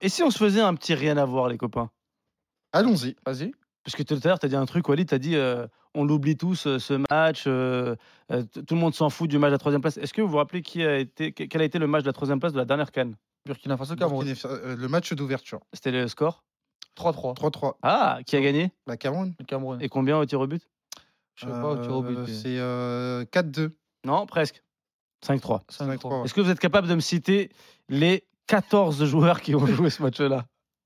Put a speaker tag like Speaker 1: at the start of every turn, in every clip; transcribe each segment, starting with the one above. Speaker 1: Et si on se faisait un petit rien à voir, les copains
Speaker 2: Allons-y, vas-y.
Speaker 1: Parce que tout à l'heure, tu as dit un truc, Wally, tu as dit euh, on l'oublie tous, euh, ce match, euh, euh, t- tout le monde s'en fout du match de la troisième place. Est-ce que vous vous rappelez qui a été, que- quel a été le match de la troisième place de la dernière canne
Speaker 3: Burkina Faso, Cameroun.
Speaker 2: Burkina Faso, euh, Le match d'ouverture.
Speaker 1: C'était le score
Speaker 3: 3-3.
Speaker 2: 3-3.
Speaker 1: Ah, qui a gagné
Speaker 2: La Cameroun.
Speaker 3: Le Cameroun.
Speaker 1: Et combien au tir au but
Speaker 3: Je sais pas, au tir au but.
Speaker 2: Euh,
Speaker 3: mais-
Speaker 2: C'est euh, 4-2.
Speaker 1: Non, presque. 5-3.
Speaker 2: 5-3.
Speaker 3: 5-3.
Speaker 2: ouais.
Speaker 1: Est-ce que vous êtes capable de me citer les 14 joueurs qui ont joué ce match-là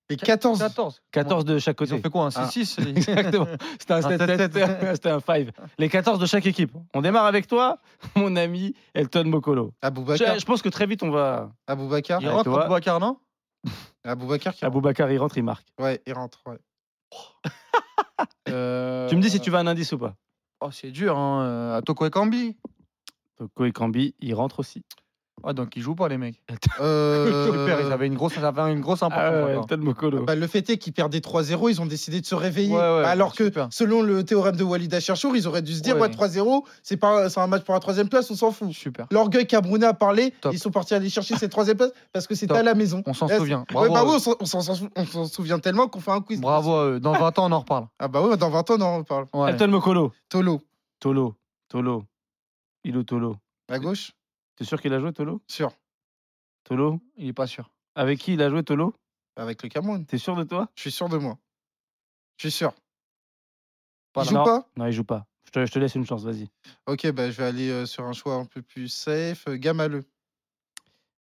Speaker 2: Et 14.
Speaker 3: 14.
Speaker 1: 14 de chaque
Speaker 3: Ils
Speaker 1: côté.
Speaker 3: ont fait quoi Un
Speaker 2: Ah.
Speaker 3: 6-6 les-
Speaker 1: Exactement. C'était un
Speaker 3: Un
Speaker 1: 7-7.
Speaker 3: sept-sept.
Speaker 1: C'était un 5. Les 14 de chaque équipe. On démarre avec toi, mon ami Elton Mokolo. Je,
Speaker 2: Aboubacar.
Speaker 1: je pense que très vite, on va.
Speaker 2: Aboubacar.
Speaker 3: Il
Speaker 1: Ouais, tu
Speaker 3: rentre
Speaker 1: vois.
Speaker 3: contre Boakar, non
Speaker 2: Aboubacar
Speaker 3: Ah
Speaker 2: qui
Speaker 1: Aboubacar, il rentre, il marque.
Speaker 2: Ouais, il rentre. ouais. Euh,
Speaker 1: Tu me dis si tu veux un indice ou pas.
Speaker 3: Oh, c'est dur, hein. euh, À Toko et Kambi.
Speaker 1: Toko et Kambi, il rentre aussi.
Speaker 3: Ah, donc ils jouent pas, les mecs. Le père, ils
Speaker 2: Euh,
Speaker 3: avaient une grosse, ils avaient une grosse importance.
Speaker 1: Ah ouais,
Speaker 3: encore.
Speaker 1: Elton Mokolo.
Speaker 2: bah, le fait est qu'ils perdaient 3-0, ils ont décidé de se réveiller.
Speaker 3: Ouais, ouais,
Speaker 2: Bah, alors que
Speaker 3: super.
Speaker 2: selon le théorème de Walid Acharchour, ils auraient dû se dire
Speaker 3: Ouais.
Speaker 2: ouais, 3-0, c'est pas c'est un match pour la troisième place, on s'en fout.
Speaker 3: Super.
Speaker 2: L'orgueil Camerounais a parlé,
Speaker 3: Top.
Speaker 2: ils sont partis aller chercher cette troisième place parce que c'était
Speaker 3: Top.
Speaker 2: à la maison.
Speaker 3: On s'en
Speaker 2: Eh, c'est-
Speaker 3: souvient.
Speaker 2: Ouais,
Speaker 3: Bravo.
Speaker 2: bah
Speaker 3: à
Speaker 2: ouais,
Speaker 3: eux.
Speaker 2: on s'en- on s'en sou- on s'en souvient tellement qu'on fait un quiz.
Speaker 3: Bravo à eux. Dans 20 ans, on en reparle.
Speaker 2: Ah bah ouais, dans 20 ans, non, on en parle.
Speaker 3: Ouais.
Speaker 1: Elton Mokolo.
Speaker 2: Tolo,
Speaker 1: Tolo. Tolo. Il est où Tolo
Speaker 2: à gauche,
Speaker 1: T'es sûr qu'il a joué Tolo
Speaker 2: sûr,
Speaker 1: Tolo
Speaker 3: Il est pas sûr.
Speaker 1: Avec qui il a joué Tolo
Speaker 2: avec le Cameroun.
Speaker 1: T'es sûr de toi
Speaker 2: Je suis sûr de moi. Je suis sûr.
Speaker 3: Pas
Speaker 2: il
Speaker 3: là.
Speaker 2: joue
Speaker 1: non.
Speaker 2: pas
Speaker 1: Non, il joue pas. Je te, je te laisse une chance, vas-y.
Speaker 2: Ok, bah, je vais aller euh, sur un choix un peu plus safe. euh, Gamaleux.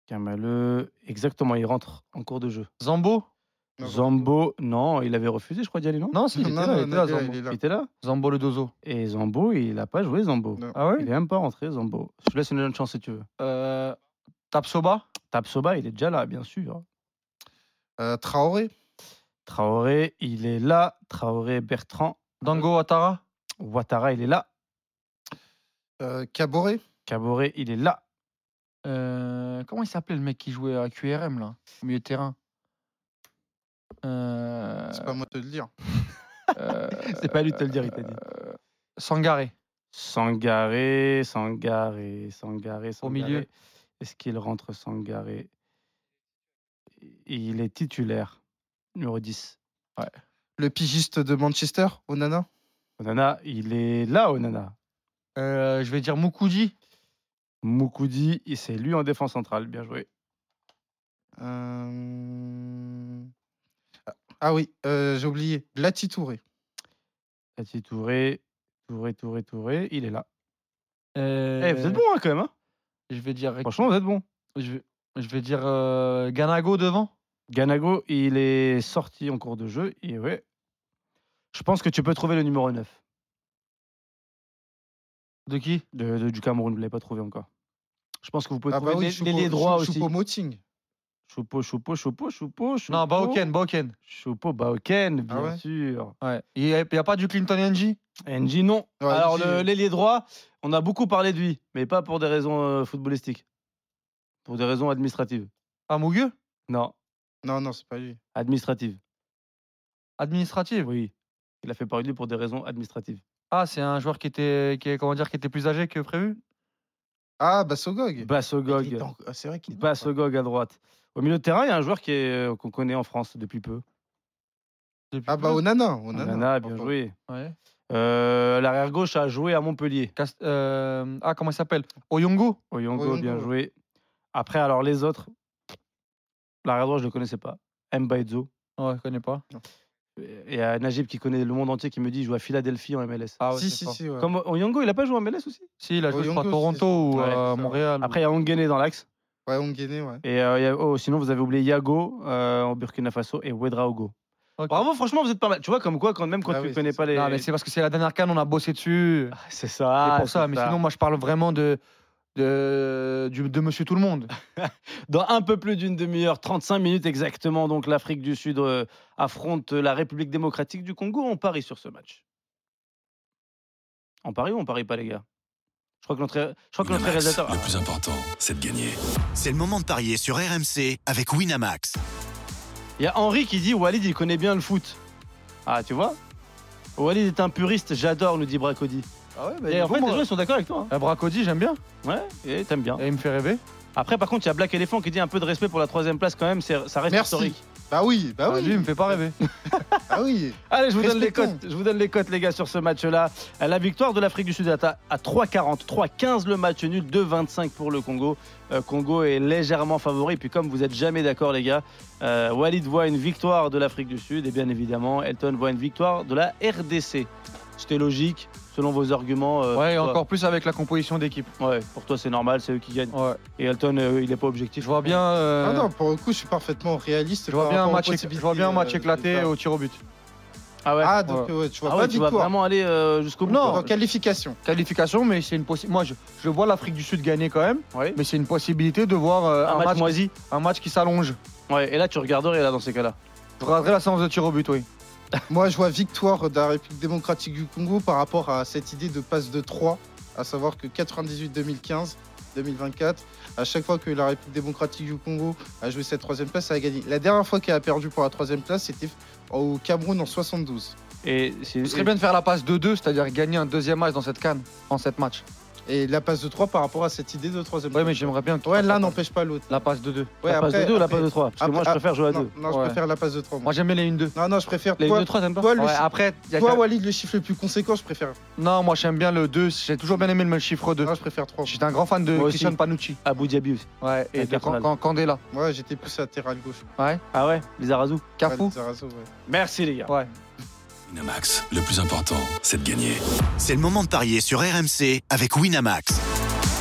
Speaker 1: Kamale. Exactement, il rentre en cours de jeu.
Speaker 3: Zambo
Speaker 2: Non,
Speaker 1: Zambo, non, il avait refusé, je crois, d'y aller, non
Speaker 3: Non, si, il
Speaker 2: Non,
Speaker 3: était
Speaker 2: non,
Speaker 3: là, il
Speaker 2: non,
Speaker 3: était
Speaker 2: il
Speaker 3: là,
Speaker 2: est
Speaker 3: Zambo.
Speaker 2: là.
Speaker 1: Il était là
Speaker 3: Zambo le dozo.
Speaker 1: Et Zambo, il n'a pas joué Zambo.
Speaker 2: Non.
Speaker 3: Ah
Speaker 1: Il
Speaker 3: ouais
Speaker 1: est même pas rentré, Zambo. Je te laisse une autre chance si tu veux.
Speaker 3: euh, Tapsoba
Speaker 1: Tapsoba, il est déjà là, bien sûr.
Speaker 2: Euh, Traoré.
Speaker 1: Traoré, il est là. Traoré, Bertrand.
Speaker 3: Dango Atara
Speaker 1: Ouattara, il est là.
Speaker 2: euh, Caboret.
Speaker 1: Caboret, il est là.
Speaker 3: Euh, Comment il s'appelait le mec qui jouait à QRM, là Au milieu de terrain euh,
Speaker 2: C'est pas moi de te le dire.
Speaker 3: euh,
Speaker 1: C'est pas à lui de te le dire, il t'a dit.
Speaker 3: euh, Sangaré.
Speaker 1: Sangaré, Sangaré, Sangaré, Sangaré.
Speaker 3: milieu.
Speaker 1: Est-ce qu'il rentre Sangaré Il est titulaire, numéro 10.
Speaker 2: Le pigiste de Manchester, Onana.
Speaker 1: Onana, il est là, Onana.
Speaker 3: Euh, je vais dire Moukoudi.
Speaker 1: Moukoudi, et c'est lui en défense centrale, bien joué.
Speaker 2: Euh, ah- Ah oui, euh, j'ai oublié. Lati Touré.
Speaker 1: Tati Touré, Touré, Touré, Touré, il est là. Eh,
Speaker 3: Euh,
Speaker 1: vous êtes bon hein, quand même. hein.
Speaker 3: Je vais dire,
Speaker 1: Franchement, vous êtes bon.
Speaker 3: je vais, je vais dire euh, Ganago devant.
Speaker 1: Ganago, il est sorti en cours de jeu. Et ouais. Je pense que tu peux trouver le numéro 9
Speaker 3: De qui
Speaker 1: de, de- du Cameroun. Vous ne l'avez pas trouvé encore. Je pense que vous pouvez
Speaker 2: Ah
Speaker 1: trouver l'ai- l'ailier droit aussi.
Speaker 2: Moting.
Speaker 1: Choupo, Choupo, Choupo, Choupo, Choupo.
Speaker 3: Non, Baoken, Baoken.
Speaker 1: Choupo, Baoken, bien
Speaker 2: ouais
Speaker 1: sûr.
Speaker 3: Ouais. Il n'y a, il y a pas du Clinton NG
Speaker 1: NJ, non.
Speaker 2: Ouais,
Speaker 1: Alors,
Speaker 2: NJ,
Speaker 1: le-
Speaker 2: euh.
Speaker 1: l'ailier droit, on a beaucoup parlé de lui, mais pas pour des raisons euh, footballistiques. Pour des raisons administratives.
Speaker 3: Ah, Mougueux
Speaker 1: Non,
Speaker 2: Non, non, c'est pas lui.
Speaker 1: administratives.
Speaker 3: Administrative.
Speaker 1: Oui. Il a fait parler de lui pour des raisons administratives.
Speaker 3: Ah, c'est un joueur qui était, qui est, comment dire, qui était plus âgé que prévu
Speaker 2: Ah, Bassogog. Il
Speaker 1: Bassogog.
Speaker 2: est en- ah, C'est vrai qu'il est dans-
Speaker 1: Bassogog à droite. Au milieu de terrain, il y a un joueur qui est, euh, qu'on connaît en France depuis peu.
Speaker 3: depuis
Speaker 2: Ah bah
Speaker 3: peu.
Speaker 2: Onana. Onana,
Speaker 1: Nana, bien
Speaker 2: Enfin,
Speaker 1: joué.
Speaker 3: Ouais.
Speaker 1: Euh, L'arrière gauche a joué à Montpellier.
Speaker 3: Cast- euh, ah, comment il s'appelle Oyongo
Speaker 1: Oyongo,
Speaker 2: Oyongo,
Speaker 1: bien
Speaker 2: ouais.
Speaker 1: joué. Après, alors les autres, l'arrière droit, je ne le connaissais pas. Mbaedzo.
Speaker 3: Ouais, je connais pas.
Speaker 1: Il y a Najib qui connaît le monde entier qui me dit il joue à Philadelphie en MLS.
Speaker 3: Ah ouais,
Speaker 2: Si,
Speaker 3: c'est
Speaker 2: si,
Speaker 3: fort.
Speaker 2: si. ouais.
Speaker 1: Comme Oyongo, il n'a pas joué en MLS aussi
Speaker 3: Si, il a joué je crois, à
Speaker 2: Oyongo,
Speaker 3: Toronto
Speaker 2: c'est-
Speaker 3: ou
Speaker 1: Ouais,
Speaker 3: à
Speaker 2: c'est ça.
Speaker 3: Montréal.
Speaker 1: Après, il y a Ongene dans l'axe.
Speaker 2: Ouais, Onguené, ouais.
Speaker 1: Et euh, il y a- oh, sinon, vous avez oublié Yago euh, en Burkina Faso et Wedraogo.
Speaker 3: Ok.
Speaker 1: Bravo, franchement, vous êtes pas mal. Tu vois, comme quoi, quand même quand
Speaker 2: Ah
Speaker 1: tu
Speaker 2: oui,
Speaker 1: connais
Speaker 2: c'est
Speaker 1: pas les.
Speaker 3: Non, mais c'est parce que c'est la dernière canne, on a bossé dessus.
Speaker 1: Ah, C'est ça.
Speaker 3: c'est pour ça. Mais sinon, moi, je parle vraiment de, de, du- de Monsieur Tout le Monde.
Speaker 1: Dans un peu plus d'une demi-heure, 35 minutes exactement, donc l'Afrique du Sud euh, affronte la République démocratique du Congo. On parie sur ce match. On parie ou on parie pas, les gars Je crois que notre, je crois que notre
Speaker 4: Winamax,
Speaker 1: réalisateur.
Speaker 4: le plus important, c'est de gagner.
Speaker 5: C'est le moment de parier sur RMC avec Winamax.
Speaker 1: Il y a Henri qui dit Walid, il connaît bien le foot. Ah, tu vois Walid est un puriste, j'adore, nous dit Bracody.
Speaker 3: Ah
Speaker 2: Bah,
Speaker 3: ouais,
Speaker 1: Et en fait, les gens ils sont d'accord avec toi.
Speaker 3: Bracody, j'aime bien.
Speaker 1: hein. Ouais, et t'aimes bien.
Speaker 3: Et il me fait rêver.
Speaker 1: Après, par contre, il y a Black Elephant qui dit un peu de respect pour la troisième place quand même, c'est- ça reste
Speaker 2: Merci.
Speaker 1: historique.
Speaker 2: Bah oui, bah
Speaker 3: Ah, Lui, il
Speaker 2: oui,
Speaker 3: me fait pas rêver.
Speaker 2: bah oui.
Speaker 1: Allez, je vous donne les
Speaker 2: Respectons.
Speaker 1: cotes. Je vous donne les cotes, les gars, sur ce match-là. Euh, La victoire de l'Afrique du Sud est à à 3,40, 3,15 le match nul, 2,25 pour le Congo. Euh, Congo est légèrement favori. Et puis comme vous n'êtes jamais d'accord, les gars, euh, Walid voit une victoire de l'Afrique du Sud et bien évidemment, Elton voit une victoire de la RDC. C'était logique, selon vos arguments. euh,
Speaker 3: Ouais, et
Speaker 1: pour toi.
Speaker 3: encore plus avec la composition d'équipe.
Speaker 1: Ouais, pour toi, c'est normal, c'est eux qui gagnent.
Speaker 3: Ouais.
Speaker 1: Et Elton, euh, il n'est pas
Speaker 3: Je
Speaker 1: objectif.
Speaker 3: vois bien. euh,
Speaker 2: Ah non, pour le coup, je suis parfaitement réaliste.
Speaker 3: je vois
Speaker 2: par
Speaker 3: bien un
Speaker 2: rapport aux
Speaker 3: match, éc- je vois bien un
Speaker 2: possibilités,
Speaker 3: match
Speaker 2: euh,
Speaker 3: éclaté
Speaker 2: de-
Speaker 3: au tir au but.
Speaker 1: Ah ouais.
Speaker 2: Ah, donc ouais, tu vois
Speaker 1: Ah
Speaker 2: pas
Speaker 1: ouais,
Speaker 2: de
Speaker 1: tu vas
Speaker 2: victoire.
Speaker 1: vraiment aller euh, jusqu'au bout.
Speaker 3: Non.
Speaker 2: En qualification.
Speaker 3: Qualification, mais c'est une possibilité. Moi, je, je vois l'Afrique du Sud gagner quand même,
Speaker 1: Ouais.
Speaker 3: mais c'est une possibilité de voir euh,
Speaker 1: Un, match, moisi.
Speaker 3: un match qui s'allonge.
Speaker 1: Ouais, et là, tu regarderais là dans ces cas-là.
Speaker 3: Je regarderai la séance de tir au but, oui.
Speaker 2: Moi, je vois victoire de la République démocratique du Congo par rapport à cette idée de passe de 3, à savoir que 98, 2015, 2024, à chaque fois que la République démocratique du Congo a joué cette troisième place, elle a gagné. La dernière fois qu'elle a perdu pour la troisième place, c'était au Cameroun en 72.
Speaker 1: Et c'est
Speaker 3: Ce serait bien de faire la passe 2-2, c'est-à-dire gagner un deuxième match dans cette canne, en cette match.
Speaker 2: Et la passe de 3 par rapport à cette idée de troisième
Speaker 3: Ouais, mais
Speaker 2: place.
Speaker 3: j'aimerais bien. que-
Speaker 2: Ouais, l'un n'empêche pas l'autre.
Speaker 3: La passe 2-2.
Speaker 2: Ouais,
Speaker 1: la passe de
Speaker 2: après-
Speaker 1: 2 ou la
Speaker 2: après-
Speaker 1: passe de 3 Parce que
Speaker 2: après- ah,
Speaker 1: moi, je préfère jouer à
Speaker 2: non,
Speaker 1: 2.
Speaker 2: non, je
Speaker 3: Ouais.
Speaker 2: préfère la passe de 3.
Speaker 3: Moi, j'aime bien les 1-2.
Speaker 2: Non, non, je préfère.
Speaker 1: Les
Speaker 2: toi,
Speaker 1: 2-3, t'aimes pas
Speaker 2: toi, le
Speaker 3: Ouais,
Speaker 2: chiffre-
Speaker 3: après, y a
Speaker 2: toi,
Speaker 3: que-
Speaker 2: Walid, le chiffre le plus conséquent, je préfère.
Speaker 3: non, moi j'aime bien le 2. J'ai toujours bien aimé le chiffre 2.
Speaker 2: Non, je préfère 3.
Speaker 3: J'étais un grand fan de
Speaker 1: Moi aussi.
Speaker 3: Christian Panucci.
Speaker 1: Abu Dhabi aussi.
Speaker 3: Ouais, et
Speaker 1: Avec
Speaker 3: de Can-
Speaker 1: Arsenal.
Speaker 3: Can- Candela.
Speaker 2: Ouais, j'étais plus latéral gauche.
Speaker 1: Ah ouais Les Arazou
Speaker 3: Carrefour.
Speaker 2: Ouais, Lizarazu, ouais.
Speaker 1: Merci les gars.
Speaker 3: Ouais.
Speaker 4: Winamax, le plus important, c'est de gagner.
Speaker 5: C'est le moment de parier sur RMC avec Winamax.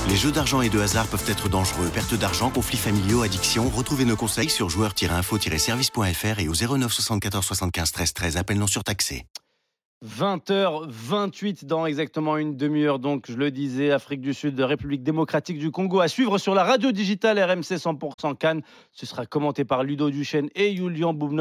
Speaker 5: Les jeux d'argent et de hasard peuvent être dangereux. Perte d'argent, conflits familiaux, addiction. Retrouvez nos conseils sur joueurs-info-service.fr et au 09 74 75 13 13. Appel non surtaxé.
Speaker 1: 20h28 dans exactement une demi-heure. Donc, je le disais, Afrique du Sud, République démocratique du Congo, à suivre sur la radio digitale RMC 100% Cannes. Ce sera commenté par Ludo Duchesne et Julian Boubnov.